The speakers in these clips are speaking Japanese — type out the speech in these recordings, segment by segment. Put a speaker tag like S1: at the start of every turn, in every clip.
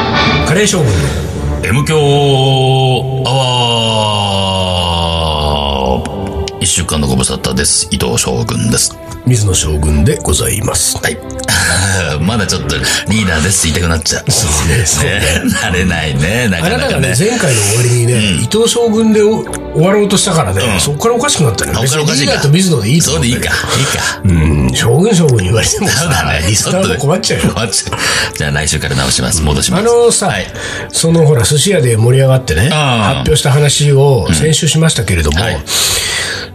S1: 定将軍の
S2: M 強アワー一週間のご無沙汰です。伊藤将軍です。
S1: 水野将軍でございます。
S2: はい。 まだちょっとリーダーです言いたくなっちゃう。そうですね。 慣れないね、な
S1: あ
S2: か
S1: なた
S2: なか
S1: がね
S2: ね、。
S1: 前回の終わりにね、伊藤将軍でお終わろうとしたからね、
S2: うん
S1: そこからおかしくなったのよ。
S2: あおかしいおかしい
S1: リー
S2: か
S1: ダーと水野でいいと
S2: そう
S1: 思
S2: でいい
S1: ん
S2: か。いい
S1: だ
S2: か。
S1: けどうん、将軍将軍に言われても
S2: そうだ
S1: さ、
S2: ね。
S1: リスナーも困っちゃうよ。
S2: 困っちゃうじゃあ来週から直します。戻しま
S1: あ
S2: す。
S1: のさ、
S2: はい
S1: そのほら、寿司屋で盛り上がってね、発表した話を先週しましたけれども、
S2: はい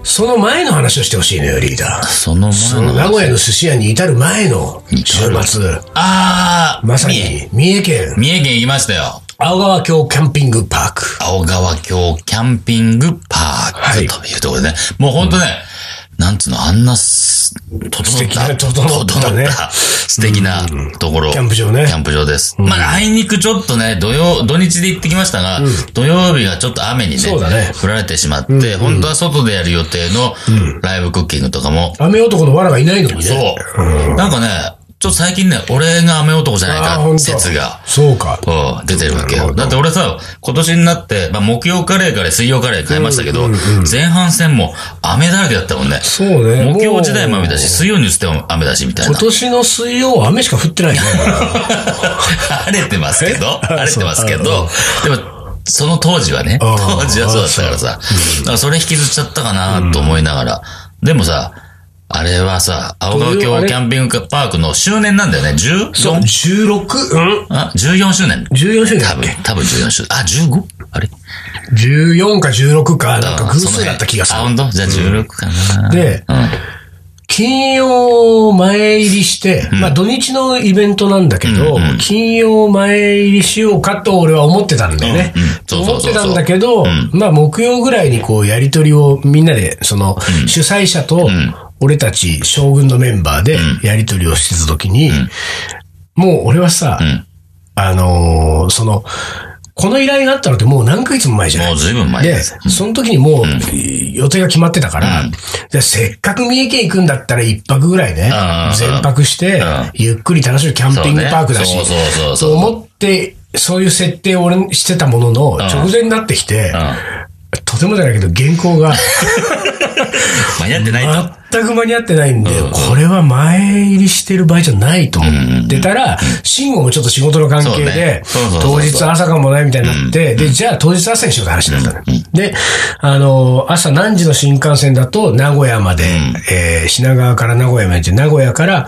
S1: その前の話をしてほしいのよ、リーダー。
S2: その
S1: そ
S2: 前
S1: の
S2: の。
S1: 名古屋の寿司屋に至る前の週末、
S2: あー、
S1: まさ
S2: 三重。
S1: に三重県
S2: 三重県行きましたよ。
S1: 青川峡キャンピングパーク。
S2: 青川峡キャンピングパークというところでね。もうほんとね、なんつうの、あんなす、整った。
S1: 素敵な整ったね
S2: 整った素敵なところ。
S1: キャンプ場ね
S2: キャンプ場です。まあ、あいにくちょっとね、土曜、土日で行ってきましたが、土曜日がちょっと雨にね
S1: そうだね、
S2: 降られてしまって、本当は外でやる予定のライブクッキングとかも、
S1: 雨男の藁がいないのにね。
S2: そう。なんかね、ちょっと最近ね、俺が雨男じゃない
S1: あーほんと
S2: か、説が。
S1: そうか。
S2: うん、出てるわけよ。だって俺さ、今年になって、まあ、木曜カレーから水曜カレー変えましたけど、前半戦も雨だらけだったもんね。
S1: そうね。
S2: 木曜時代も
S1: もう
S2: 雨だし、水曜に移っても雨だし、みたい
S1: 今
S2: な。
S1: 年の水曜は雨しか降ってないね。
S2: 晴れてますけど、晴れてますけど、でも、その当時はね、
S1: あ
S2: 当
S1: ー
S2: 時はそうだったからさ、だからそれ引きずっちゃったかなと思いながら、でもさ、あれはさ、青川
S1: どういうあ
S2: 峡
S1: れ
S2: キャンピングパークの周年なんだよね、
S1: そう、
S2: 14?
S1: 16、うん
S2: あ、14周年。
S1: ?14 周年だ
S2: 多
S1: っ
S2: 分
S1: け、
S2: 多分14周年。あ、15? あれ
S1: ?14 か16か、なんか偶数だった気がす
S2: あ、
S1: る。
S2: 本当？じゃあ16かな。
S1: で、
S2: うん。
S1: 金曜前入りして、まあ土日のイベントなんだけど、金曜前入りしようかと俺は思ってたんだよね
S2: うんうん。そう
S1: 思
S2: そ
S1: っ
S2: うそう
S1: て
S2: そう
S1: たんだけど、まあ木曜ぐらいにこうやりとりをみんなで、その主催者と俺たち将軍のメンバーでやりとりをしてた時に、もう俺はさ、
S2: ん
S1: あのーその、この依頼があったのってもう何ヶ月も前じゃない
S2: もう随分前
S1: で、
S2: です。
S1: その時にもう、予定が決まってたから、でせっかく三重県行くんだったら一泊ぐらいね、
S2: ん
S1: 全泊して
S2: うん、
S1: ゆっくり楽しむキャンピングパークだし
S2: そうねそうそうそう、そ
S1: と
S2: う
S1: 思って、そういう設定を俺してたものの、直前になってきて、とてもじゃないけど原稿が
S2: 間に合ってないと。
S1: 全く間に合ってないんで、これは前入りしてる場合じゃないと思ってたら、慎吾もちょっと仕事の関係で
S2: そうねそう、そうそ
S1: 当
S2: うそう
S1: 日朝かもないみたいになって、で、じゃあ当日朝にしようって話になったの。で、あの、朝何時の新幹線だと名古屋まで、えー品川から名古屋まで行って、名古屋から、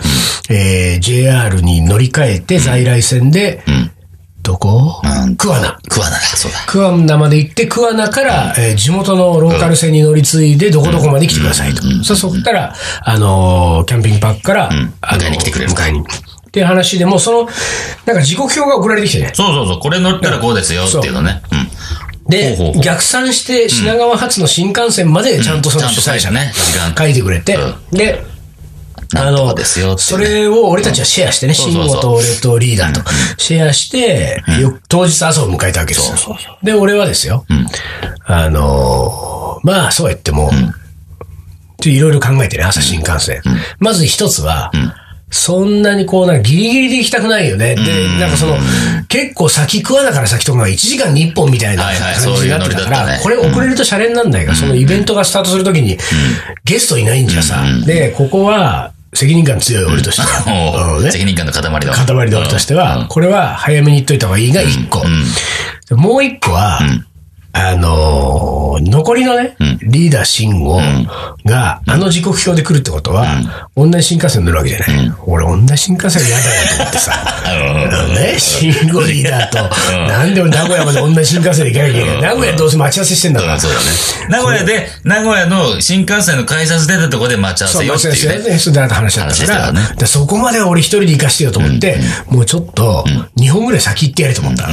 S1: えー JR に乗り換えて在来線で、どこ
S2: うん
S1: 桑名。
S2: 桑名だ、そうだ。
S1: 桑名まで行って、桑名から、えー地元のローカル線に乗り継いで、どこどこまで来てくださいと。そうそこから、あのーキャンピングパークから、あのー
S2: 迎えに来てくれる
S1: 迎えに。っていう話でもう、その、なんか時刻表が送られてきてね。
S2: そうそうそう、これ乗ったらこうですよっていうのね。うん。
S1: で
S2: ほうほうほ、う
S1: 逆算して品川発の新幹線までちゃんとその
S2: うん
S1: 主催者ね
S2: ちゃん、と
S1: 書いてくれて
S2: うん、
S1: で、あ
S2: なんと
S1: の
S2: かですよってね
S1: それを俺たちはシェアしてね、
S2: そう
S1: 慎
S2: そうそう
S1: 吾と俺とリーダーとシェアして、よ当日朝を迎えたわけですよ。で、俺はですよ、あのー、まあ、そうは言っても、ちょいろいろ考えてね、朝新幹線。まず一つは、そんなにこう、なんかギリギリで行きたくないよね。で、なんかその、結構先食わなから先とかが1時間に1本みたいな
S2: はいはい
S1: 感じになってたか
S2: そういうノリだった
S1: ら、
S2: ね
S1: これ遅れるとシャレになんないが、そのイベントがスタートするときに、ゲストいないんじゃさ。で、ここは責任感強い俺として は。
S2: も
S1: う
S2: うん
S1: ね
S2: 責任感の塊だわ。
S1: 塊で俺としては、これは早めに言っといた方がいいが1個。でもう1個は、あのー残りのね、リーダー信号が、あの時刻表で来るってことは、同じ新幹線に乗るわけじゃない。俺、同じ新幹線嫌だよと思ってさ。 あのね、信号リーダーと、なんで俺名古屋まで同じ新幹線で行かなきゃいけない。名古屋どうせ待ち合わせしてんだから。
S2: そうだね。名古屋で、名古屋の新幹線の改札出たとこで待ち合わ
S1: そ
S2: せ
S1: う、
S2: よ
S1: 待
S2: っ
S1: ち
S2: て
S1: 合わ
S2: いうね。
S1: せしてた話だったから、
S2: 話してた
S1: でそこまで俺一人で行かしてよと思って、もうちょっと、日本ぐらい先行ってやれと思った、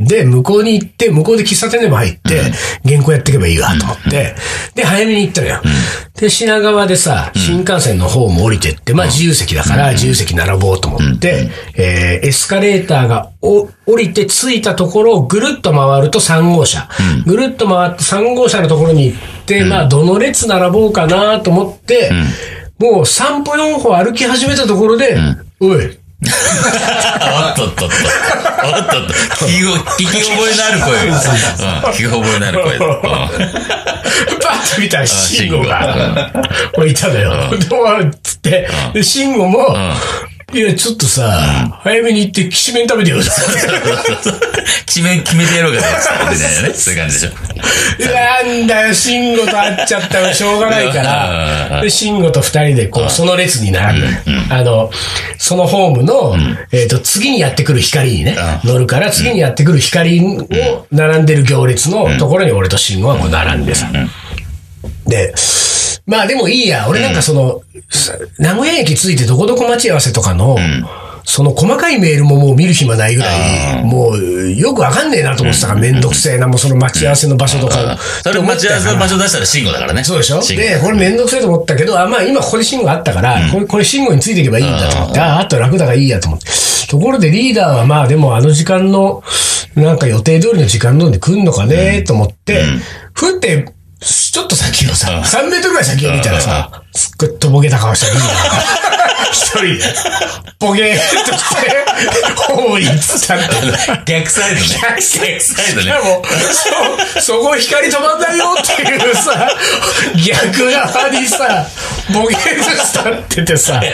S1: で、向こうに行って、向こうで喫茶店でも入って、原稿やっていけばいいわと思って、で、早めに行ったのよ。で、品川でさ、新幹線の方も降りてって、まあ自由席だから、自由席並ぼうと思って、えーエスカレーターがお降りて着いたところをぐるっと回ると3号車。ぐるっと回って3号車のところに行って、まあ、どの列並ぼうかなと思って、もう3歩4歩歩き始めたところで、おい、
S2: おっとっとっと。おっ とっと。聞きご聞き覚えのある声。うん、聞き覚えのある声。うん
S1: パッと見たら、慎吾が、これいたのよ。で、終わるっつって、で、慎吾も、いや、ちょっとさ、早めに行って、きしめん食べてよ。
S2: 地面決めてやろうかと思ってたよね。そういう感じでし ょ。
S1: なんだよ、慎吾と会っちゃったらしょうがないか
S2: うんうんう
S1: ら、
S2: ん
S1: で、慎吾と二人で、こう、その列に並んで、あの、そのホームの、えっと、次にやってくる光にね、乗るから、次にやってくる光を並んでる行列のところに俺と慎吾はこう並んでさ。で、まあでもいいや、俺なんかその、さ名古屋駅着いてどこどこ待ち合わせとかの、その細かいメールももう見る暇ないぐらい、もうよくわかんねえなと思ってたから、めんどくせえな、もうその待ち合わせの場所とか。
S2: それ待ち合わせの場所出したら慎吾だからね。
S1: そうでしょ
S2: 慎吾
S1: で、これめんどくせえと思ったけど、あ、まあ今ここで信号あったから、これ、これ信号についていけばいいんだと思って、ああ、あと楽だからいいやと思って。ところでリーダーはまあでもあの時間の、なんか予定通りの時間のんで来んのかねと思って、ふって、ちょっと先をさ、3メートルぐらい先を見たらさ、すっごいとぼけた顔したリーダーが。一人で、ボケーっとして、ホームに行ってたんだよ
S2: 逆サイドね。逆サイド
S1: し
S2: ね。
S1: かも、そ、そこ光止まんないよっていうさ、逆側にさ、ボケーとしたっててさ、
S2: だか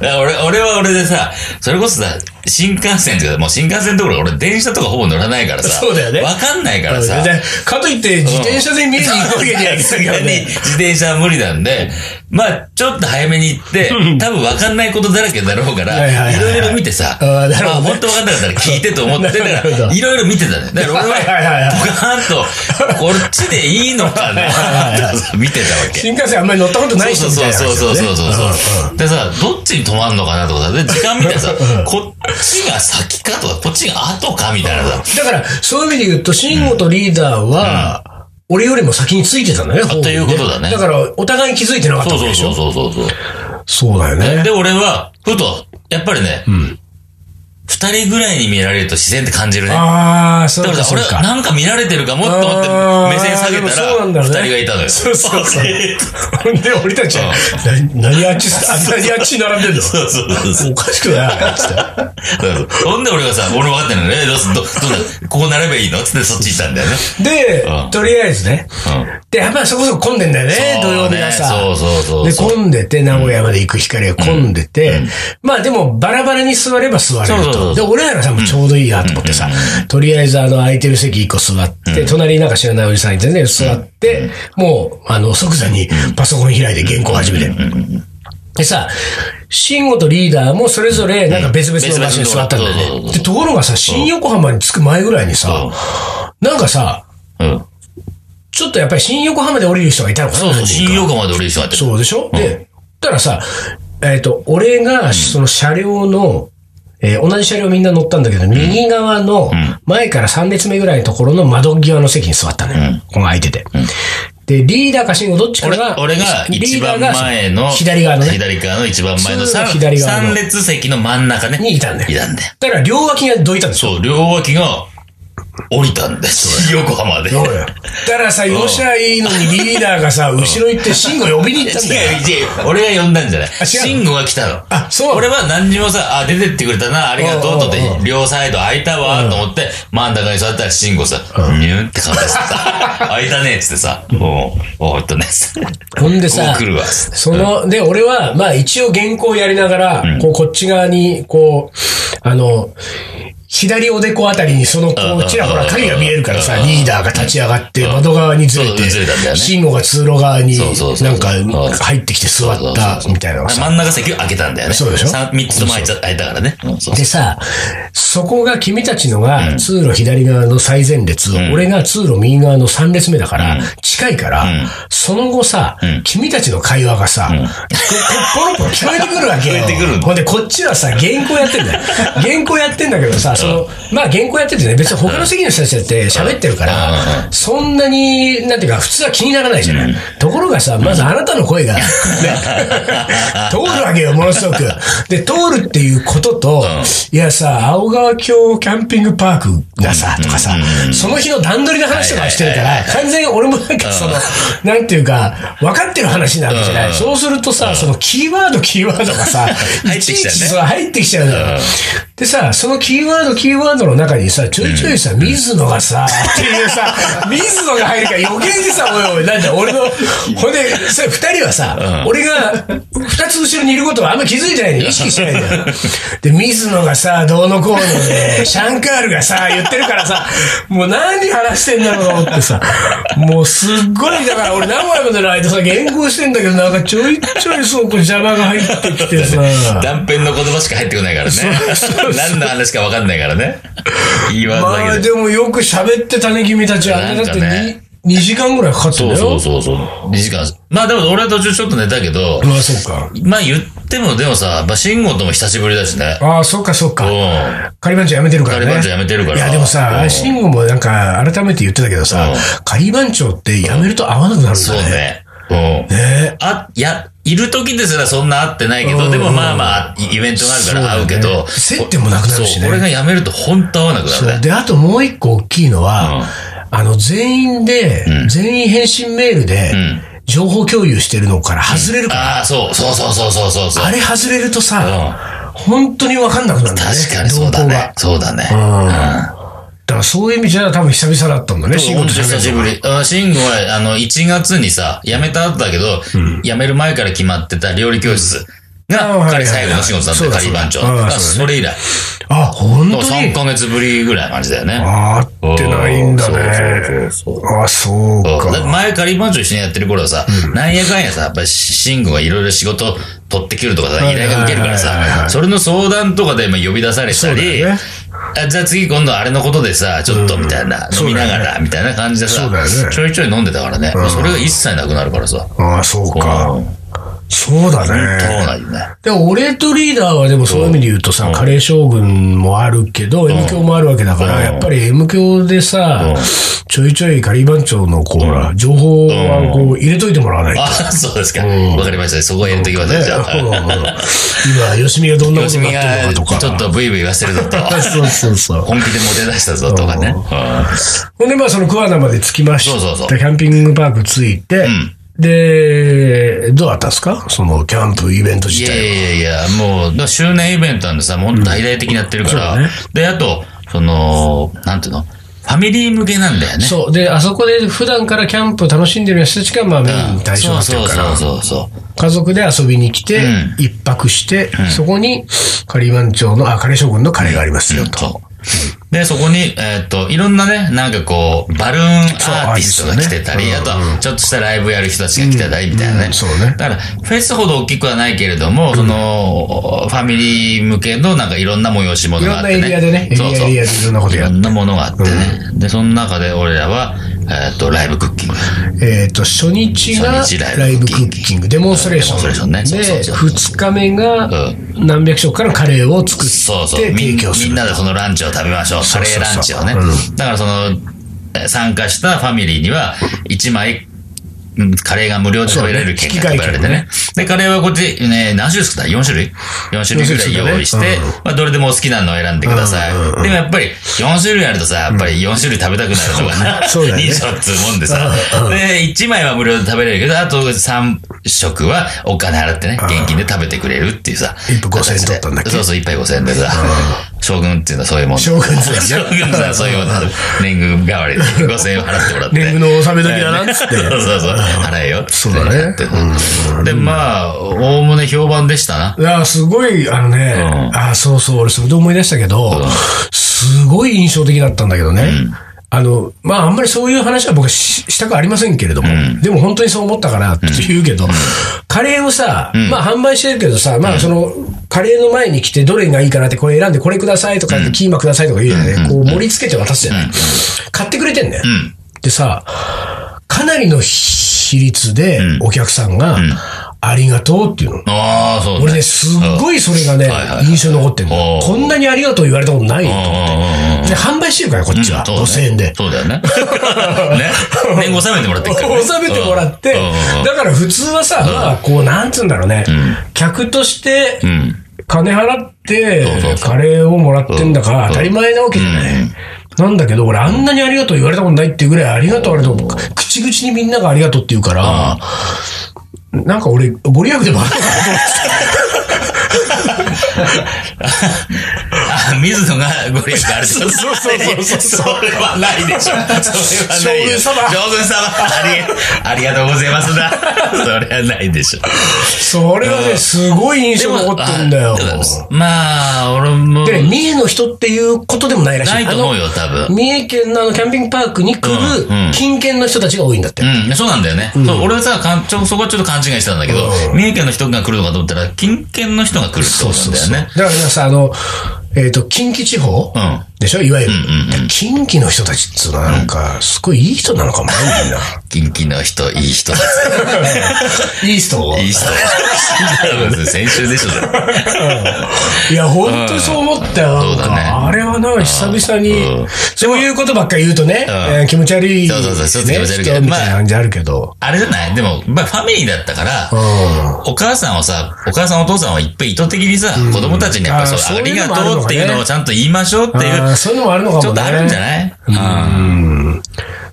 S2: ら俺俺は俺でさ、それこそさ、新幹線とか、もう新幹線どころか俺電車とかほぼ乗らないからさ。
S1: そうだよね
S2: わかんないからさ。
S1: でかといって自転車で見えに行くわけじゃないです
S2: さ
S1: か
S2: すが
S1: ら
S2: に
S1: ね。
S2: 自転車は無理なんで、まあちょっと早めに行って、多分分かんないことだらけだろうか
S1: はいはいは
S2: ら、
S1: い
S2: いろいろ見てさ、
S1: あーなる
S2: ま
S1: ほど
S2: あ
S1: ね
S2: 本当分かんなかったら聞いてと思って、だ
S1: なるほ
S2: か
S1: ど
S2: らいろいろ見てたね。だから俺
S1: はいはいはい
S2: は
S1: は、
S2: ポカーンと、こっちでいいのかなと 見てたわけ。
S1: 新幹線あんまり乗ったことない人みたいな、
S2: そうそうそうそうそうそう、でさ、どっちに止まんのかなとかさ、で、時間見てさ、こっちが先かとか、こっちが後かみたいなさ。
S1: だから、そういう意味で言うと、慎吾とリーダーは、俺よりも先についてたんだね、ホームに
S2: ということだね
S1: だから、お互い気づいてなかった
S2: そ
S1: わ
S2: う
S1: け
S2: そ
S1: でしょ
S2: うそうそうそう。
S1: そうだよね
S2: で、。俺は、ふと、やっぱりね、二人ぐらいに見られると自然って感じるね。
S1: ああ、そう
S2: だか
S1: から
S2: さ、
S1: そう
S2: 俺
S1: か。
S2: なんか見られてるかもと思って
S1: あー
S2: 目線下げた
S1: でもそうなんだ
S2: ら、
S1: よ
S2: 二
S1: ね
S2: 人がいたのよ。
S1: そうそうそう
S2: えー
S1: ほ んで、俺たちは、な何あっち、あ何あっち並んでんの
S2: そうそうそうそう。
S1: おかしくないつって。
S2: そうそうほんで俺がさ、俺分かってんのね。えどうすど、どうだここ並べばいいのつってそっち行ったんだよね。
S1: で
S2: う、ん
S1: とりあえずね。
S2: うん
S1: で、やっぱりそこそこ混んでんだよね、土
S2: そうね
S1: 曜日がさ。
S2: そうそうそうそう
S1: で、混んでて、名古屋まで行く光が混んでて、まあでも、バラバラに座れば座れ
S2: そ
S1: る
S2: うそうそ
S1: と。
S2: う
S1: で、俺らがさ、もうちょうどいいやと思ってさ、とりあえずあの、空いてる席一個座って、隣になんか知らないおじさんいてね、座って、もう、あの、即座にパソコン開いて原稿始めて。でさ、慎吾とリーダーもそれぞれなんか別々の場所に座ったんだ
S2: うん別
S1: よ
S2: 々のとこ
S1: ね。で、ところがさ、新横浜に着く前ぐらいにさ、なんかさ、
S2: うん。
S1: ちょっとやっぱり新横浜で降りる人がいたのかな
S2: そうそう、
S1: 何人か
S2: 新横浜で俺一緒になってる。
S1: そうでしょ、で、たらさ、えっ、と、俺が、その車両の、えー同じ車両みんな乗ったんだけど、右側の、前から3列目ぐらいのところの窓際の席に座ったのよ。ここが空いてて。で、リーダーか慎吾どっちか
S2: 俺
S1: が、
S2: 俺が
S1: リ
S2: 一
S1: ーダ
S2: 番
S1: ーが
S2: 前の、
S1: 左側のね。
S2: 左側の一番前の
S1: 通の
S2: 三
S1: 左側の
S2: 三列席の真ん中ね。
S1: にいたんだよ
S2: いたんだよ。
S1: だから両脇がどいたんでしょ
S2: そう、両脇が降りたんだよ。新横浜で。
S1: そうよ。だからさ、よしゃいいのにリーダーがさ、後ろ行って慎吾呼びに行ったんだよ。
S2: 違う違う俺が呼んだんじゃない。
S1: あ違う
S2: 慎吾が来たの。
S1: あそう
S2: 俺は何にもさ、あ、出てってくれたな、ありがとうと思っ
S1: うんうんう
S2: て、両サイド空いたわ、と思って、真ん中に座ったら慎吾さ、ニューンって顔して さ、空いたね、っつってさ、もう、おーっとね、
S1: ほんでさ、
S2: こう来るわ
S1: その、で、俺は、まあ一応原稿やりながら、こう、こっち側に、こう、あの、左おでこあたりにその、こ
S2: うんうん
S1: う、ちらほら影が見えるからさ、
S2: うんうん
S1: リーダーが立ち上がって、窓側にずれ
S2: そう
S1: て
S2: ずれたんだよ、ね
S1: 慎吾が通路側に
S2: そうそう、そう
S1: なんか
S2: うん、
S1: 入ってきて座った、みたいなのがさ
S2: 真ん中席を開けたんだよね。
S1: そうでしょ
S2: 三三つとも開いちゃ開いたからね。うんそう
S1: でさ、そこが君たちのが通路左側の最前列、俺が通路右側の3列目だから、近いから、その後さ、君たちの会話がさ、ここポロポロ聞こえてくるわけよ。
S2: 聞こえてくる の
S1: ほんで、こっちはさ、原稿やってんだよ。原稿やってんだけどさ、そその、まあ原稿やっててね、別に他の席の人たちだって喋ってるから、そんなに、なんていうか、普通は気にならないじゃない。ところがさ、まずあなたの声 が、ね通るわけよ、ものすごく。で、通るっていうことと、いやさ、青川京キャンピングパークがさ、とかさ、その日の段取りの話とかをしてるから、完全に俺もなんかその、なんていうか、分かってる話なわけじゃない。そうするとさ、そのキーワード、キーワードがさ、
S2: 入
S1: い
S2: っ
S1: ち
S2: て
S1: い
S2: きちゃうね
S1: ちその入ってきちゃうのよ。でさ、そのキーワード、キーワードの中にさ、ちょいちょいさ、水野がさ、っていう さ、水野が入るから余計にさ、おいおい、なんだ、俺 の、ほんで、それ二人はさ、俺が二つ後ろにいることはあんま気づいてないんだよ。意識してないんだよ。で、水野がさ、どうのこうので、シャンカールがさ、言ってるからさ、もう何話してんだろうと思ってさ、もうすっごい、だから俺何枚もの間さ、原稿してんだけど、なんかちょいちょいそう、こう邪魔が入ってきてさ、
S2: 断片の言葉しか入ってこないからね。 何の話か分かんないからね。言い
S1: ま
S2: 訳だ
S1: あ
S2: けで。
S1: でもよく喋ってたね、君たち。あれだって
S2: なんかね
S1: 2時間ぐらいかかってん
S2: そう
S1: だ
S2: そ
S1: よ。
S2: うそうそう。2時間。まあでも俺は途中ちょっと寝たけど、
S1: ああ、そうか。
S2: まあ言ってもでもさ、まあ慎吾とも久しぶりだしね。
S1: ああ、そうか、そう
S2: う
S1: か。
S2: ん。
S1: カリバンチョやめてるからね。
S2: カリバンチョやめてるから
S1: いや、でもさ、慎吾もなんか、改めて言ってたけどさ
S2: うん、
S1: カリバンチョってやめると合わなくなるん
S2: そう
S1: だね。
S2: ね。うん。
S1: ね
S2: あ、いや、いる時ですらそんな会ってないけ
S1: う
S2: ど、
S1: ん
S2: でもまあまあ、イイベントがあるから会うけ
S1: そうだ
S2: ど。
S1: ね接点もなくなるしね
S2: そう俺が辞めると本当会わなくなる
S1: そう。
S2: ね。
S1: で、あともう一個大きいの
S2: う
S1: は
S2: ん、
S1: あの、全員で、全員返信メールで
S2: ん、
S1: 情報共有してるのから外れるから、
S2: ああ、そう、そうそうそうそうそうそう。
S1: あれ外れるとさ、本当にわかんなくなるんだね。
S2: 確かにそうだ
S1: 動向が
S2: ね。そうだね。
S1: んだ
S2: うん
S1: からそういう意味じゃ多分久々だったんだね、慎吾と喋
S2: 久し
S1: るの
S2: ぶ
S1: が
S2: り。あ慎吾は、あの、1月にさ、辞めた後だけど、辞める前から決まってた料理教室
S1: うんあ
S2: が、
S1: ー
S2: 彼最後の仕事だっ
S1: は
S2: たよ、
S1: いは
S2: カ
S1: い
S2: リ番長。
S1: そうだそうだ
S2: あそれ以来。
S1: あ、本当
S2: もう3
S1: に
S2: ヶ月ぶりぐらいの感じだよね。
S1: あ会ってないんだね。
S2: そうそうそう
S1: あ、そう
S2: そうだ
S1: か。
S2: 前、カリバンチョ一緒にやってる頃はさ、なんやかんやさ、やっぱり、慎吾がいろいろ仕事取ってくるとかさ、
S1: い
S2: 依
S1: はい
S2: 頼が受けるから
S1: はいはいは
S2: さ、
S1: い
S2: それの相談とかでまあ呼び出された
S1: そうだ
S2: り、
S1: よね
S2: あじゃあ次今度あれのことでさ、ちょっとみたいな、飲みながらみたいな感じで
S1: そ
S2: さ
S1: うだよね、
S2: ちょいちょい飲んでたからね、それが一切なくなるからさ。
S1: あ、そう
S2: う
S1: か。
S2: ん
S1: そうだ
S2: そう
S1: ね。
S2: なんよね。
S1: でも、俺とリーダーはでもそういう意味で言うとさ、カレー将軍もあるけど、M 教もあるわけだから、やっぱり M 教でさ、ちょいちょいカリー番長のこうほら、情報はこう入れといてもらわないと。
S2: あ、そうですか。わかりました。そこはやるときはね、じゃ
S1: うん
S2: あ。
S1: 今、吉見がどんなこと
S2: 吉
S1: に
S2: 見
S1: なって
S2: が
S1: る
S2: ち
S1: のかと
S2: ょっ
S1: か。
S2: とブイブイ言わせるぞと。
S1: そうそうそう。
S2: 本気でモテ出したぞとかね。うん
S1: ほんで、まあ、その桑名まで着きました。
S2: そうそうそう
S1: キャンピングパーク着いて、
S2: ん
S1: で、どうだったんですかその、キャンプイベント
S2: い
S1: 自
S2: や
S1: 体は。
S2: いやいや、もう、だから周年イベントなんでさ、もう大々的にやってるから、
S1: そうだね
S2: で、あと、その、なんていうの、ファミリー向けなんだよね。
S1: そう。で、あそこで普段からキャンプを楽しんでる人たちが、まあ、メインに対象になって
S2: そ
S1: る
S2: う
S1: か
S2: そう
S1: ら、
S2: そうそう。
S1: 家族で遊びに来て
S2: うん、
S1: 一泊して、そこに、カリー番長の、あ、カレー将軍のカレーがありますよ、と。
S2: そう。で、そこに、えーっと、いろんなね、なんかこう、バルーンアーティストが来てたり、
S1: そうア
S2: あ
S1: ーテ
S2: と
S1: ィストね
S2: は、ちょっとしたライブやる人たちが来てたり、みたいなね、
S1: うんそうね
S2: だから、フェスほど大きくはないけれども、その、ファミリー向けのなんかいろんな催し物があって、ね。
S1: いろんなエリアでね
S2: そ
S1: エ
S2: うそう
S1: リアエリアでいろんなことやって
S2: いろんなものがあってね。で、その中で俺らは、えーっと、ライブクッキング。
S1: えっ、と、初日が
S2: 初日
S1: ラ
S2: ラ
S1: イ
S2: イ
S1: ブク
S2: ブク
S1: ッ
S2: ッ
S1: キ
S2: キ
S1: ン
S2: ン
S1: グ、
S2: グ
S1: デモンストレーション。
S2: デモンストレーションねそうそうそう
S1: で、二日目が
S2: うん
S1: 何百食かのカレーを作っ
S2: そうそう。
S1: て
S2: み
S1: 提
S2: ん
S1: 供す
S2: みん
S1: る。
S2: なでそのランチを食べましょう。
S1: そ
S2: カ
S1: う
S2: レ
S1: そうそう
S2: ーランチをね。だからその、えー参加したファミリーには、1枚、うんカレーが無料で食べられる
S1: そうね
S2: 券が配られてね。で、カレーはこっち、ね、何種類作った ?4 種類 ?4 種類ぐらい用意し
S1: 四種類
S2: て
S1: だね、
S2: まあ、どれでもお好きなのを選んでください。でもやっぱり、4種類あるとさ、やっぱり4種類食べたくなるのがな、
S1: そうだね
S2: いいでしょっつうもんでさ。で、1枚は無料で食べれるけど、あと3食はお金払ってね、現金で食べてくれるっていうさ。
S1: 一杯5000円取ったんだっけ
S2: そうそう、一杯5000円でさ、将軍っていうのはそういうもんだ
S1: 将軍って
S2: さ、将軍ってのはそういうもんだ年貢代わりで5000円を払ってもらって。
S1: 年貢の納め時だなっつって
S2: そうそうそう、払えよっつって。
S1: そうだね
S2: やってで、まあ、おおむね評判でしたな。
S1: いや、すごい、あのね、
S2: うん
S1: あ、そうそう、俺それで思い出したけど、すごい印象的だったんだけどね。あの、まあ、あんまりそういう話は僕はししたくありませんけれども、でも本当にそう思ったからって言うけど、カレーをさ、まあ、販売してるけどさ、まあ、その、カレーの前に来てどれがいいかなって、これ選んでこれくださいとか、キーマくださいとか言うじゃない、こう盛り付けて渡すじゃない、買ってくれてんだよ。でさ、かなりの比率でお客さんが、ありがとうっていうの。
S2: ああ、そう
S1: 俺ね、すっごいそれがね
S2: はいはい、
S1: 印象に残ってんの。
S2: おー
S1: こんなにありがとう言われたことないよと思って。
S2: こ
S1: で、販売してるから、こっちは。5000円で。
S2: そう だよね。ね。年後納めてもらってるからね。
S1: 収めてもらって
S2: うんうんうん、
S1: だから普通はさ、まあ、こう、なんつうんだろうね。客として、
S2: うん。
S1: 金払って
S2: そうそう、そう
S1: カレーをもらってんだから、当たり前なわけじゃない。なんだけど、俺あんなにありがとう言われたことないっていうぐらいありがとうあれと、口々にみんながありがとうって言うから、なんか俺、ご利益でもあるのかな と思って
S2: あ、 水野がご利益あるってこ
S1: そ
S2: と
S1: うそうそうそう
S2: それはないでしょ。それはないよ。
S1: 将軍様
S2: 将軍様。あり、ありがとうございますだ。それはないでしょ。
S1: それがね、すごい印象に残ってるんだよ。
S2: でもまあ、俺も、
S1: で、三重の人っていうことでもないらしい。
S2: ないと思うよ、多
S1: あ
S2: 分
S1: の。。三重県のあのキャンピングパークに来る
S2: うんうん
S1: 近県の人たちが多いんだって。
S2: うん、そうなんだよね。そう俺はさかんちょ、そこはちょっと勘違いしたんだけど、三重県の人が来るのかと思ったら、近県の人が来るってことなんだよね。
S1: だから皆さん、あの、えっ、と、近畿地方、
S2: うん
S1: でしょいわゆる、近畿の人たちっつうのはなんか、すごいいい人なのかもね、みんな。
S2: 近畿の人、いい人です。
S1: いい人
S2: いい 人。先週でしょ、それ
S1: いや、本当にそう思ったよ。
S2: そうだね
S1: あれはな、久々
S2: う
S1: に
S2: ん、
S1: そういうことばっかり言うとね、
S2: ん
S1: えー気持ち悪い、ね、
S2: そうそうそうちょっと気持ち悪いけど
S1: 人みたいな感じあるけど。
S2: あれじゃないでも、まあ、ファミリーだったから、お母さんをさ、お母さんお父さんはいっぱい意図的にさ、子供たちにやっぱそう、
S1: あー
S2: ありが
S1: そういうのもあるの
S2: とうっ
S1: か
S2: て
S1: ね
S2: いうのをちゃんと言いましょうってい
S1: あー
S2: う、
S1: そういうのもあるのかもね。
S2: ちょっとあるんじゃないうん。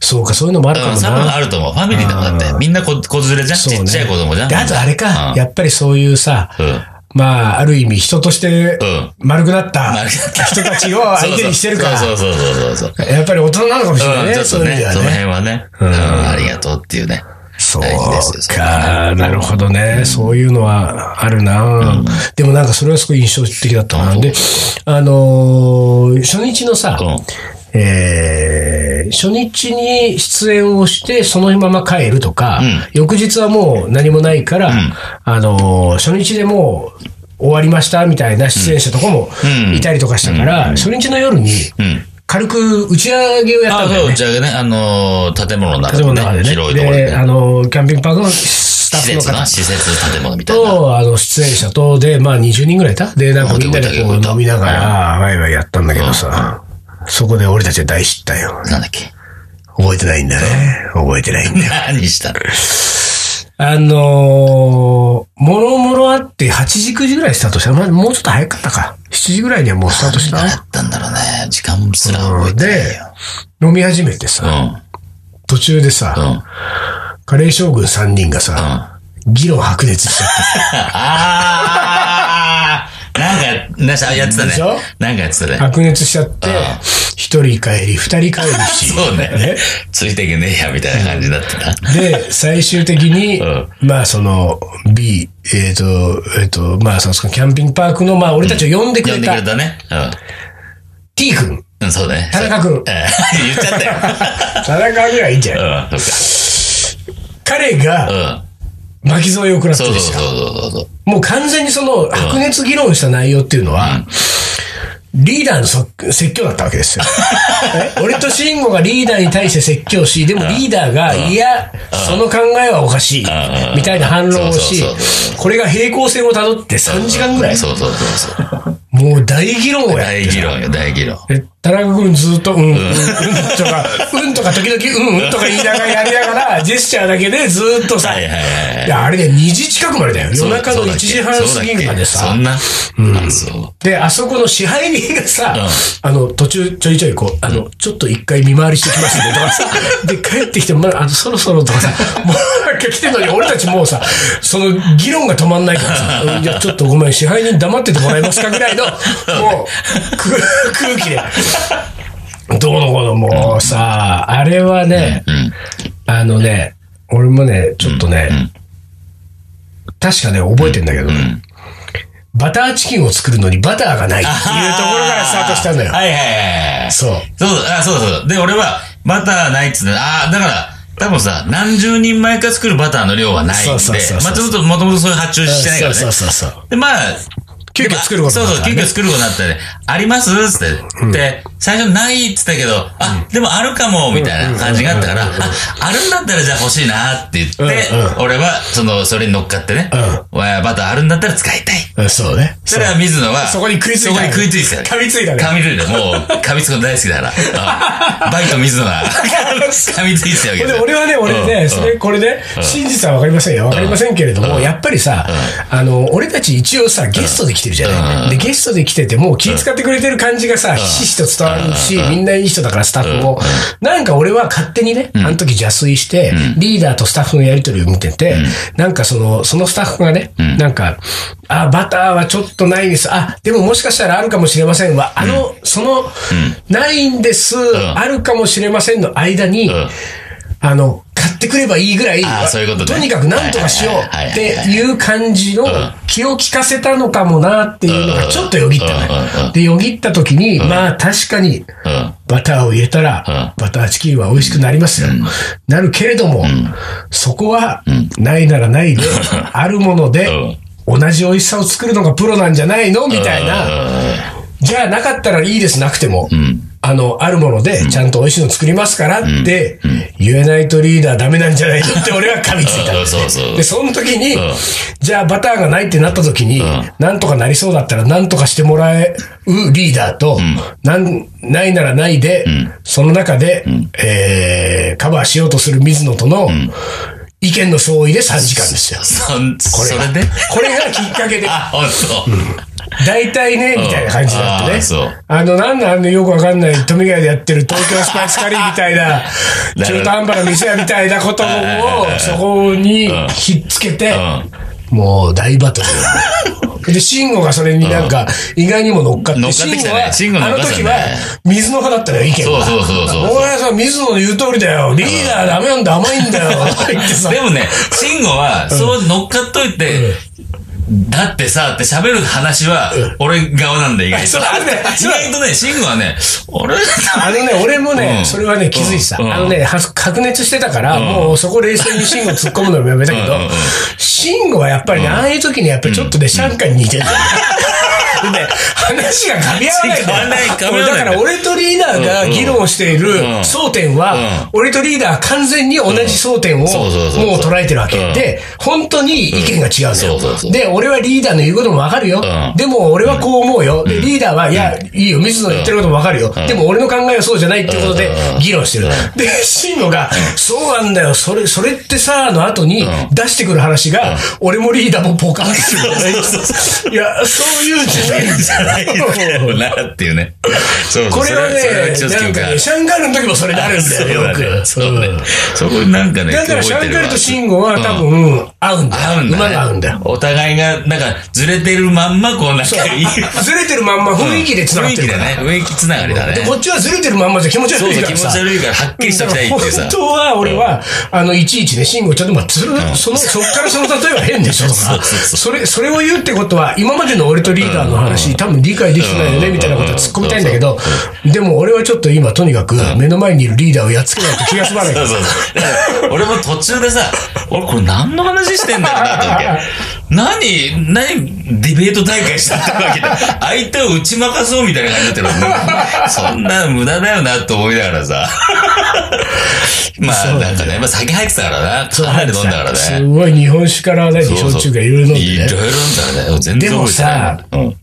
S1: そうか、そういうのもあるかも
S2: 多分
S1: な。
S2: あると思う。ファミリーだもんだって。みんな子子連れじゃん。
S1: そう
S2: ち
S1: ね
S2: っちゃい子供じゃん。
S1: で、あとあれか、
S2: うん
S1: やっぱりそういうさ、
S2: うん
S1: まあ、ある意味人として
S2: うん
S1: 丸くなった
S2: 丸くなった
S1: 人たち を相手にしてるから、
S2: そうそうそうそうそうそう。
S1: やっぱり大人なのかもしれないね、
S2: うん、ちょっ
S1: そ
S2: と
S1: ういう意
S2: ね、
S1: 味では
S2: その
S1: ね。
S2: 辺はね、うん、ありがとうっていうね。
S1: そう
S2: 大事ですよ
S1: か、なるほどね、そういうのはあるな、でもなんかそれはすごい印象的だったな。で、あのー初日のさ、
S2: うん
S1: えー初日に出演をして、そのまま帰るとか、
S2: ん
S1: 翌日はもう何もないから、あのー初日でもう終わりましたみたいな出演者とかも
S2: うん
S1: いたりとかしたから、初日の夜に
S2: うん。
S1: 軽く打ち上げをやった
S2: あ、
S1: んだ
S2: そ
S1: よ
S2: う、
S1: ね
S2: 打。ち上げね、あのー、建物の中
S1: 建
S2: で
S1: 物
S2: ね、
S1: の中でね。
S2: 広いところでね、
S1: であのーキャンピングパークのスタ
S2: 施
S1: ッフ
S2: 設
S1: の
S2: な、
S1: 方
S2: 施設建物みたいな。
S1: と、あの、出演者と、で、まあ20人ぐらいいたで、なんかみんなでこ
S2: あ結構いた結構いうた
S1: 飲みながら、ワイワイやったんだけどさ、そこで俺たちは大失態よ。
S2: なんだっけ。
S1: 覚えてないんだね。覚えてないんだよ。
S2: 何したの
S1: あのー、もろもろあって8時9時ぐらいスタートした。まあもうちょっと早かったか。7時ぐらいにはもうスタートし
S2: 何だ
S1: た。
S2: ったんだろうね。時間すら覚えてないよ。
S1: 飲み始めて
S2: うん
S1: さ、。途中でさ、
S2: うん。うん。
S1: カレー将軍3人がさ、
S2: あ
S1: 議論白熱しちゃって
S2: あーなんか、なんかやってたね
S1: でしょ。
S2: なんかやってたね。
S1: 白熱しちゃって、一人帰り、二人帰るし。
S2: そうね。ついてけねえや、みたいな感じだったな。
S1: で、最終的に、
S2: うん
S1: まあその、B、えっ、と、えっ、と、まあその、キャンピングパークの、まあ俺たちを呼んでく
S2: 呼
S1: れ
S2: んで
S1: た、
S2: くれたね。
S1: T 君、
S2: うん。うん、そうね。
S1: 田中君、
S2: ええ言っちゃっ たよ。
S1: 田中ぐらいいいんじゃない
S2: うん、そ
S1: 彼
S2: っ
S1: が
S2: か。うん。
S1: 巻き添えを食らって
S2: そう
S1: で
S2: そう
S1: す
S2: そう
S1: よ。
S2: そうそう。
S1: もう完全にその、白熱議論した内容っていうのは、リーダーのそ説教だったわけです よ。え俺と慎吾がリーダーに対して説教し、でもリーダーが、いや、その考えはおかしい
S2: ん、
S1: みたいな反論をし
S2: そうそうそうそ、
S1: これが平行線をたどって3時間ぐらい、
S2: そうそうそうそう。
S1: もう大議論をやっ
S2: 大議論よ、大議論。
S1: で田中君ずっと、うん、うん、うんとか、うんとか時々、うん、うんとか言いながらやりながら、ジェスチャーだけでずっとさ、
S2: はいはいはいはい
S1: いやあれね、2時近くまでだよ。
S2: そう
S1: 夜中の1時半過ぎまで
S2: そ
S1: さ
S2: う。だっけそんな。うん。そう。
S1: で、あそこの支配人がさ、
S2: う
S1: あの、途中ちょいちょいこう、あの、ちょっと一回見回りしてきますねとか さ、で、帰ってきて、まだ、あの、そろそろとかさ、もうなんか来てんのに、俺たちもうさ、その議論が止まんないからさ、うんじゃあちょっとごめん、支配人黙っててもらえますかぐらいの、もう、空空気で。どうのこうの、もうさ、あれはね、
S2: うん。
S1: あのね、俺もね、ちょっとね、確かね、覚えてんだけど、
S2: ん
S1: バターチキンを作るのにバターがないっていうところからスタートしたんだよ。
S2: はいはいはいはい。
S1: そう。
S2: そう、あ、そうそう。で、俺は、バターないっつって、ああ、だから、多分さ、何十人前か作るバターの量はないんで、
S1: そうそうそうそう
S2: まあちょっともともとそういう発注してないか
S1: そう
S2: ら
S1: そ
S2: ね
S1: う。そうそう。
S2: で、まあ、
S1: 急遽作ることに
S2: そう
S1: なっ
S2: そう、
S1: たから
S2: 急
S1: ね
S2: 遽作ることになったね。ありますつって。で、最初ないっつったけど、あ、でもあるかも、みたいな感じがあったから、あ、あるんだったらじゃあ欲しいなって言って
S1: うんうん、
S2: 俺は、その、それに乗っかってね、
S1: う
S2: わバターあるんだったら使いたい。
S1: うんそうね。
S2: それは水野は、
S1: そこに食いついた
S2: そこに食いついてたよ。
S1: 噛みついたね
S2: 噛みついた。もう、噛みつくの大好きだから。あバイト水 野が、噛みついてたわ
S1: ほ
S2: け
S1: ん
S2: で
S1: です
S2: よ
S1: 俺はね、俺
S2: う
S1: ね、
S2: ん
S1: それ、これね、真実はわかりませんよ。わかりませんけれども、やっぱりさ、あの、俺たち一応さ、ゲストで来てるじゃない。で、ゲストで来てて、もう気遣ってくれてる感じがさ、ひしひしと伝わるし、みんないい人だから、スタッフも。なんか俺は勝手にね、あの時邪推して、リーダーとスタッフのやりとりを見てて、なんかその、そのスタッフがね、なんか、あ、バターはちょっとないです。あ、でももしかしたらあるかもしれませんは、あの、その、ないんです、あるかもしれませんの間に、
S2: ん
S1: あの、買ってくればいいぐらい、
S2: あーそういうことね
S1: にかくなんとかしよう
S2: はいはいはいはい
S1: っていう感じの気を利かせたのかもなっていうのがちょっとよぎった
S2: うんうんう
S1: ね。で、よぎった時に、まあ確かに
S2: うん
S1: バターを入れたら、バターチキンは美味しくなりますよ。なるけれども、そこはないならない で、あるもので
S2: ん、
S1: 同じ美味しさを作るのがプロなんじゃないのみたいな。じゃあなかったらいいです、なくても。あの、あるもので、ちゃんと美味しいの作りますからって、言えないとリーダーダメなんじゃないのって俺は噛みついたんだよね
S2: そうそう
S1: で、その時に、じゃあバターがないってなった時に、なんとかなりそうだったらなんとかしてもらうリーダーと、なんないならないで、その中で、えー、カバーしようとする水野との、意見の相違で3時間ですよ。
S2: そん、
S1: こ
S2: そ
S1: れが
S2: れで
S1: これがきっか けで。
S2: あ、ほんと。
S1: 大体ね、みたいな感じだった
S2: あ
S1: ね
S2: ーそう。
S1: あの、なんなんあのよくわかんない、富ヶ谷でやってる東京スパイスカリーみた いな、
S2: ど
S1: 中途半端な店屋みたいな ことを、そこにひっつけて、もう大バトル。で、慎吾がそれになんか、意外にも乗っかって、
S2: 乗っかってきたね
S1: 慎吾は、
S2: 慎
S1: あの
S2: 吾乗っかって
S1: 時
S2: たね
S1: は、水の派だったのよ、意見が。
S2: そうそうそうそう
S1: お前さ、水野の言う通りだよ。リーダーダメなんだ、甘いんだよ。って言ってさ
S2: でもね、慎吾は、そう乗っかっといて、だってさ、って喋る話は、俺側なんだよ、意外と。
S1: そうなんだよ
S2: 意外とね、慎吾はね、俺、
S1: あのね、俺もね、
S2: うん
S1: それはね、気づいてた。
S2: うん
S1: あのね、は白熱してたから、もうそこ冷静に慎吾突っ込むのもやめたけど
S2: うんうんうん、
S1: 慎吾はやっぱりね、ああいう時にやっぱりちょっとね、シャンカに似てるんだよ。 でね、話が噛み合わないんだよ
S2: 噛み合わない噛み合わない
S1: だから俺とリーダーが議論している争点は、俺とリーダーは完全に同じ争点をもう
S2: そうそうそう
S1: 捉えてるわけ
S2: うん
S1: で、本当に意見が違うんだ
S2: そうそうそ
S1: よ。
S2: う
S1: で、俺はリーダーの言うこともわかるよ
S2: ん。
S1: でも俺はこう思うよ。でリーダーは、いや、いいよ、水野の言ってることもわかるよ。でも俺の考えはそうじゃないってことで
S2: うん
S1: 議論してる。で、慎吾が、そうなんだよ、それ、それってさ、の後に出してくる話が、俺もリーダーもポカンす る。いや、そういうんじゃないん
S2: じゃないんだよな、っていうね。そうそう
S1: これはね
S2: そそれはちょ、っと
S1: なん
S2: 記
S1: か
S2: 憶があ
S1: ね、
S2: る
S1: シャンガールの時もそれなるんだよ、よく。
S2: そうだね。そうねそこになんかね、
S1: だからシ
S2: 覚え
S1: ャ
S2: て
S1: ンガ
S2: るわ
S1: ールとシンゴは多分、合うんだよ。
S2: 合うんだ、ね。
S1: 馬が合うんだよ。
S2: お互いが、なんか、ずれてるまんま、こう、なんかいい、
S1: ずれてるまんま雰囲気で繋がってるから。
S2: 雰囲気だね。雰囲気つながりだね。
S1: で、こっちはずれてるまんまじゃ気持ち悪いからさ。
S2: そうそう気持ち悪いからはっきりしたきたいっていうさ
S1: だから本当は俺は、あの、いちいちね、慎吾ちょっとまあ、つる、その、そっからその例えは変でしょと
S2: そう
S1: か、
S2: そうそう
S1: それ、それを言うってことは、今までの俺とリーダーの話、多分理解できてないよね、みたいなことは突っ込みたいんだけど、でも俺はちょっと今、とにかく、目の前にいるリーダーをやっつけないと気が済まないか
S2: そ
S1: ら
S2: う。そうそう。だから俺も途中でさ、俺これ何の話してんだろうなと思って。何、何、ディベート大会したってわけで、相手を打ち負かそうみたいな感じだったら、もうそんな無駄だよなと思いながらさ。まあ、なんかね、まあ酒入ってたからな。かなり飲んだから
S1: す
S2: ね。
S1: ごい日本酒から何、
S2: そうそ
S1: 焼
S2: う
S1: 酎がいろいろ飲ん
S2: いろ
S1: で
S2: い
S1: ね
S2: ろ。飲んだらね。全
S1: で
S2: 然
S1: もさ
S2: 覚えてないうん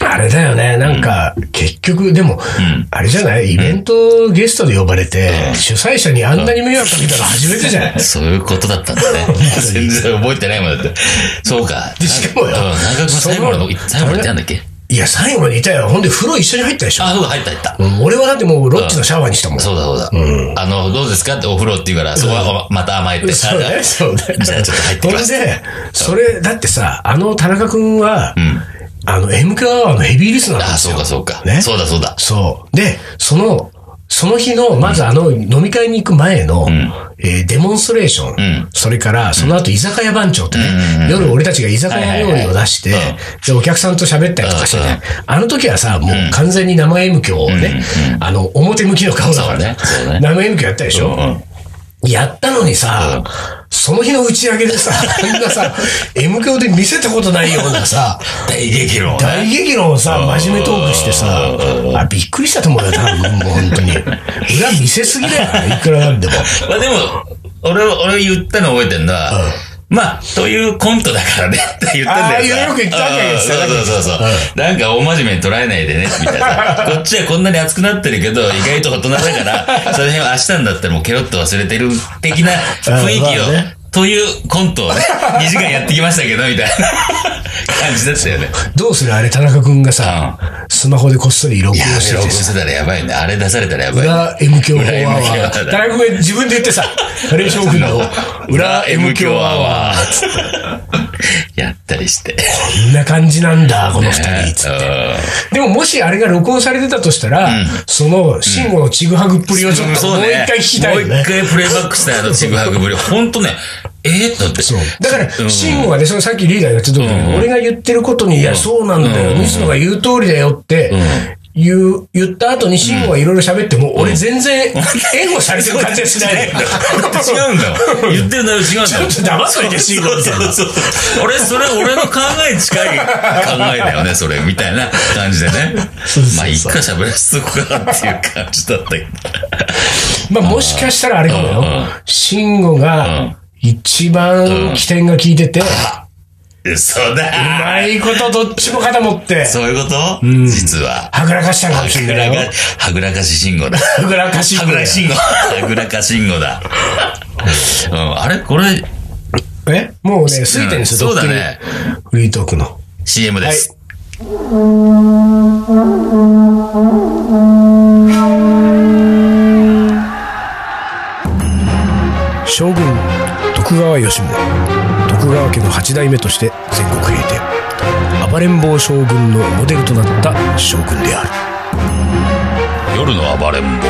S1: あれだよね。なんか、結局、でも、あれじゃないイベントゲストで呼ばれて、主催者にあんなに迷惑かけたの初めてじゃない
S2: そういうことだったんだ ね。全然覚えてないもんだって。そうか。
S1: でしかもよ
S2: うん中学の最後までの
S1: その
S2: 最後までやんだっけ
S1: いや、最後までいたよ。ほんで、風呂一緒に入ったでしょ。
S2: あ、そうだ、入った入った。
S1: うん俺はだってもう、ロッチのシャワーにしたもん。
S2: そうだそうだ。あの、どうですかってお風呂って言うから、そこはまた甘えて。
S1: そうね、そうね。
S2: じゃあちょっと入ってきます
S1: ほんで、それ、だってさ、あの田中君は、あの、MQ アワーのヘビーリスナーなん
S2: あ、
S1: です
S2: そ
S1: よ
S2: うかそうか。
S1: ね
S2: そうだそうだ。
S1: そう。で、その、その日の、まずあの、飲み会に行く前の、えーデモンストレーション、
S2: ん
S1: それから、その後、居酒屋番長ってね、夜俺たちが居酒屋料理を出して、
S2: はいはいはい
S1: で、お客さんと喋ったりとかしてね、あの時はさ、もう完全に生 M 響をね、あの、表向きの顔だからね
S2: そうねそうね、
S1: 生 M 響やったでしょ、やったのにさ、その日の打ち上げでさ、あんなさ、M 響で見せたことないようなさ、
S2: 大激論、ね。
S1: 大激論をさ、真面目トークしてさ、あ、びっくりしたと思うよ、多分、もう本当 に。裏見せすぎだよ、いくらなんでも。
S2: まあでも、俺は、俺は言ったの覚えてんだ。まあ、というコントだからね って言ったんだよ。
S1: ああよく言ったね
S2: うんそうそうそうそう。なんか大真面目に捉えないでね、みた いな。こっちはこんなに熱くなってるけど、意外と大人だから、その辺は明日になったらもうケロッと忘れてる的な雰囲気
S1: あ
S2: を
S1: あ まあね、
S2: というコントを ね、2時間やってきましたけど、みたいな感じだったよね。
S1: どうするあれ、田中くんがさ、スマホでこっそり録音
S2: やべ
S1: して
S2: え、
S1: て
S2: 録音
S1: さ、
S2: してたらやばいね。あれ出されたらやばいね。
S1: 裏 M 響ア
S2: 裏 M 響
S1: ワ
S2: ア
S1: ー。
S2: ワー
S1: 田中くんが自分で言ってさ、ナレーションくんの、裏 M 響アワー。
S2: ーつってやったりして。
S1: こんな感じなんだ、この二人、つっ
S2: ね
S1: て。でももしあれが録音されてたとしたら、その、慎吾のちぐはぐっぷりをちょっともう一回聞きたいよ
S2: もう
S1: ね
S2: 一。回プレイバックしたあのちぐはぐぶり。ほんとね、えー、だって。
S1: そう。だから、慎吾がね、そのさっきリーダーが言ってた通り、俺が言ってることに、いや、そうなんだよ、水野が言う通りだよって、言う、言った後に慎吾がいろいろ喋っても、俺全然、 援護されてる感じがしないのよ。
S2: 違うんだよ。言ってる内容違うんだよ。
S1: ちょっと黙っといて慎吾みたいな
S2: そうそうそう俺、それ俺の考えに近い考えだよね、それ。みたいな感じでね。
S1: そうそう
S2: まあ、一回喋らせとこうかなっていう感じだったけど。
S1: まあ、もしかしたらあれかもよ
S2: うんうん。
S1: 慎吾が、一番起点が効いてて、
S2: 嘘
S1: う
S2: だ
S1: まいことどっちも肩持って、
S2: そういうこと実は。
S1: はぐらかしたのかもし
S2: はぐ
S1: れな
S2: ら
S1: いよ
S2: か。、はぐらかし信号だ。
S1: はぐらかし。
S2: はぐらか信号。はぐらか信号だ。うん、あれこれ、
S1: えもうね、ついてるんですよ、
S2: そう
S1: ドッキ
S2: だ
S1: リ
S2: ね。
S1: フリートークの。
S2: CM です。
S1: 将軍徳川吉宗徳川家の8代目として全国平定暴れん坊将軍のモデルとなった将軍である
S2: 夜の暴れん坊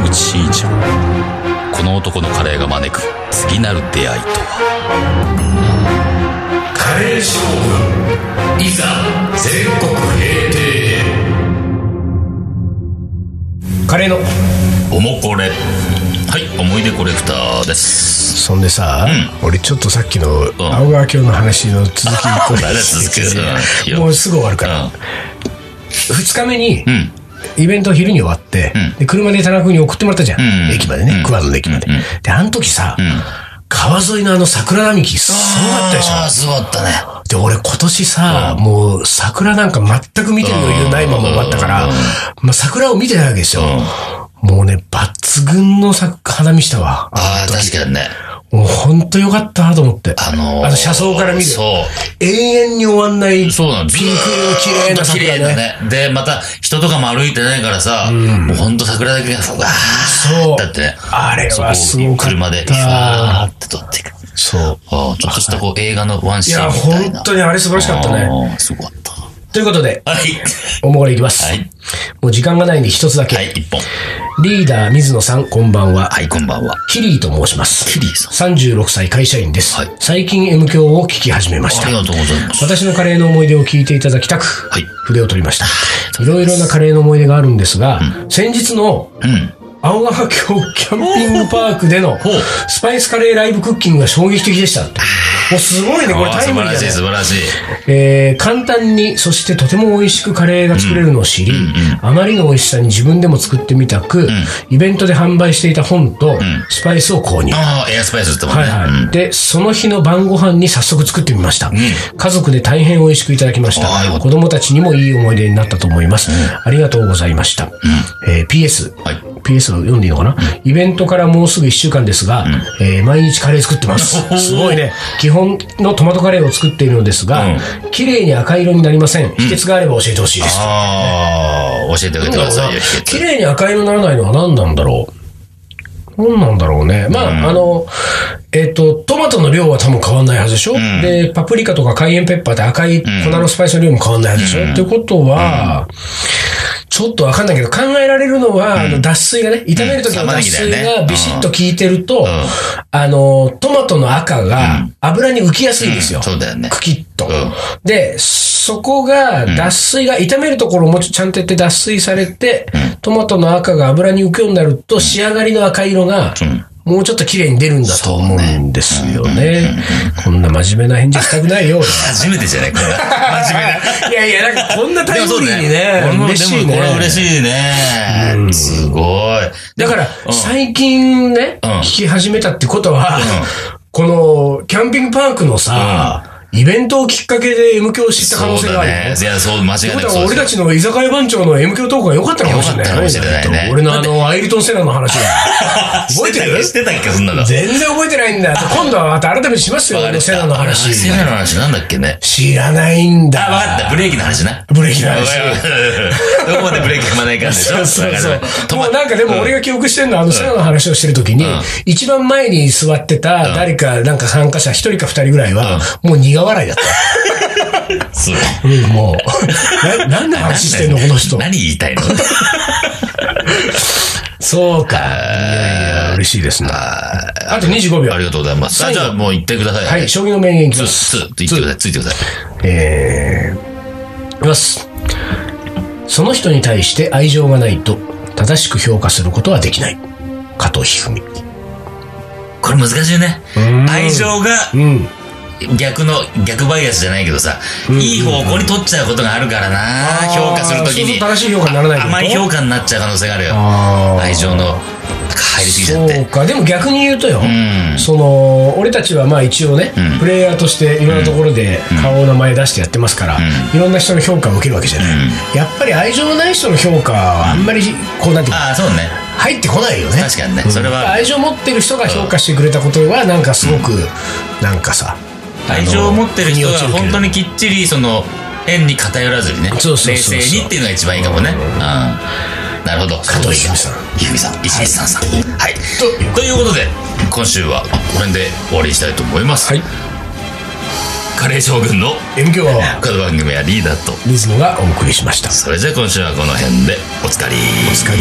S2: 野口真一郎この男のカレーが招く次なる出会いとは
S1: カレー将
S2: いざ全国平定
S1: 軍カレーの
S2: おもこれはい思い出コレクターです
S1: そんでさ、俺ちょっとさっきの青川京の話の続きこ
S2: まだ続く うん
S1: もうすぐ終わるから、2日目に
S2: うん
S1: イベント昼に終わって、
S2: うん
S1: で車で田中君に送ってもらったじゃん、
S2: うん
S1: 駅までね、
S2: うん
S1: 桑野の駅まで、
S2: うん
S1: であの時さ、
S2: ん
S1: 川沿いのあの桜並木すごかったでしょ
S2: あーすごかったね
S1: で、俺今年さ、もう桜なんか全く見てる余裕ないまま終わったから、まあ桜を見てないわけですよ。もうね、抜群のさ花見したわ。
S2: ああ確かにね
S1: もうほんとよかったと思って。
S2: あのー
S1: あの車窓から見る。
S2: そう
S1: 永遠に終わんない。
S2: そうなんです
S1: ピンク色綺麗な桜ね
S2: ずーっと綺麗だねでまた人とかも歩いてないからさ、もうほんと桜だけがふわー
S1: そう
S2: だってね
S1: あれはすごかった
S2: そこを車でふわーって撮っていく
S1: そう。
S2: ああ、ちょっとしたこう映画のワン
S1: い
S2: シーン
S1: や、
S2: みたいな。
S1: 本当にあれ素晴らしかったね。
S2: ね。すごかった。
S1: ということで、
S2: はい。
S1: おもこれいきます。
S2: はい
S1: もう時間がないんで一つだけ。
S2: はい、一本。
S1: リーダー水野さん、こんばんは。
S2: はい、こんばんは。
S1: キリーと申します。
S2: キリーさ
S1: 36歳会社員です。
S2: はい
S1: 最近 M 響を聞き始めまし
S2: あ
S1: た
S2: り。がとうございます。
S1: 私のカレーの思い出を聞いていただきたく、
S2: はい
S1: 筆を取りました。いろいろなカレーの思い出があるんですが、先日の
S2: うん。
S1: 青川京キャンピングパークでの
S2: ほう
S1: スパイスカレーライブクッキングが衝撃的でした。もうすごいね、これ
S2: ああ
S1: タイ
S2: 素
S1: ムリー
S2: 晴ら
S1: だ
S2: しい、
S1: ね
S2: 素。晴らしい。
S1: えー簡単に、そしてとても美味しくカレーが作れるのを知り、あまりの美味しさに自分でも作ってみたく、イベントで販売していた本とスパイスを購入。
S2: ああ、エアスパイスってもんね。
S1: はいはい。で、その日の晩ご飯に早速作ってみました。家族で大変美味しくいただきまし
S2: あーよか
S1: た。
S2: った
S1: 子供たちにもいい思い出になったと思います。ありがとうございました。えー PS。
S2: はい
S1: PS を読んでいいのかな、イベントからもうすぐ1週間ですが、えー毎日カレー作ってます
S2: お。ー
S1: すごいね。基本のトマトカレーを作っているのですが、綺麗に赤色になりません。秘訣があれば教えてほしいです。
S2: ああ、教えてあげてくださいよ、秘
S1: 綺
S2: 訣。
S1: 麗に赤色にならないのは何なんだろう何なんだろうね。まあ、あの、えっ、と、トマトの量は多分変わんないはずでしょ、で、パプリカとかカイエンペッパーって赤い粉のスパイスの量も変わんないはずでしょ、ってことは、ちょっとわかんないけど、考えられるのは、あの脱水がね、炒める時の脱水
S2: 玉ねぎだよ
S1: が
S2: ね
S1: ビシッと効いてると、あの、トマトの赤が油に浮きやすいんですよ。
S2: そうだよね。
S1: クキッと。
S2: うん
S1: で、そこが脱水が、炒めるところもちゃんとやって脱水されて、トマトの赤が油に浮くようになると、仕上がりの赤色が
S2: うん
S1: もうちょっと綺麗に出るんだと思うんですよね。こんな真面目な返事したくないよ。俺は
S2: 初めてじゃないこれ。 真面目な。
S1: いやいや、なんかこん なタイムリーに
S2: でもそう
S1: ね、
S2: 俺も
S1: 嬉しい
S2: でもこれ
S1: ね。
S2: 嬉しいね。すごい。
S1: だから
S2: う、ん
S1: 最近ね、
S2: うん
S1: 聞き始めたってことは、この、キャンピングパークのさ、イベントをきっかけで M 響を知った可能
S2: そう
S1: 性が
S2: だ
S1: あるよね
S2: ね。いや、そう、間違い
S1: って
S2: な
S1: こ
S2: く
S1: と
S2: そ
S1: は
S2: う
S1: 俺
S2: で
S1: た
S2: す。
S1: ちの居酒屋番長の M 響トークが良かったのかもしれないね。
S2: 良かったかもしれないね
S1: 俺のあの、アイルトン・セナの話 は。覚えてる
S2: 知ってたっけそんなの。
S1: 全然覚えてないんだよ。今度はまた改めてしますよ、
S2: わか
S1: あの
S2: りまし
S1: セ
S2: た
S1: ナの話。
S2: セナの話なんだっけね。
S1: 知らないんだ。
S2: あ、わかった。ブレーキの話な。
S1: ブレーキの
S2: わか
S1: 話。
S2: る どこまでブレーキ踏まないかんでしょ
S1: そうそうそう
S2: わかる止ま
S1: もうなんかでも俺が記憶してるのは、あの、セナの話をしてるときに
S2: ん、
S1: 一番前に座ってた誰か、なんか参加者一人か二人ぐらいは、もう苦笑いだった。
S2: そう
S1: うんもう、な、何の話してんの、この 人。
S2: 何言い たいの
S1: そうか。いやいや、嬉しいですね。あと25秒
S2: あ。りがとうございます。さあ、
S1: 最
S2: じ
S1: 後
S2: ゃあもう行ってください。
S1: はい、将棋の名言いきま
S2: つ
S1: す。
S2: つついてください。ついてください。
S1: えー、いきます。その人に対して愛情がないと、正しく評価することはできない。加藤一二三。
S2: これ難しいね
S1: ん。
S2: 愛情が
S1: うん。
S2: 逆の、逆バイアスじゃないけどさ、いい方向に取っちゃうことがあるからな、評価するとき
S1: そうそう
S2: に。
S1: 正しい評価にならないってこと
S2: 甘い評価になっちゃう可能性があるよ。
S1: あー
S2: 愛情の入りすぎちゃっ
S1: そう
S2: て。
S1: か。でも逆に言うとよ、
S2: うん。
S1: その、俺たちはまあ一応ね、
S2: うん
S1: プレイヤーとしていろんなところで顔を名前出してやってますから、
S2: う
S1: いろんな人の評価を受けるわけじゃない。やっぱり愛情のない人の評価はあんまり、こうなんていうか、
S2: ああ、そうね。
S1: 入ってこないよね。
S2: 確かにね。それは、
S1: 愛情持ってる人が評価してくれたことはなんかすごく、なんかさ
S2: 愛情を持ってる人が本当
S1: に
S2: にきっちり、その、変に偏らずにね、
S1: そうそう
S2: 冷
S1: そうそう
S2: 静にっていうのが一番いいかもね。うん。なるほど。加
S1: 藤一二三。
S2: ひみさん。一二三さん。はい。
S1: と
S2: ということで、今週はこの辺で終わりにしたいと思います。
S1: はい
S2: カレー将軍の
S1: M 響は
S2: この番組はリーダーと。
S1: リズムがお送りしました
S2: それじゃあ今週はこの辺でおつかり。おつかり。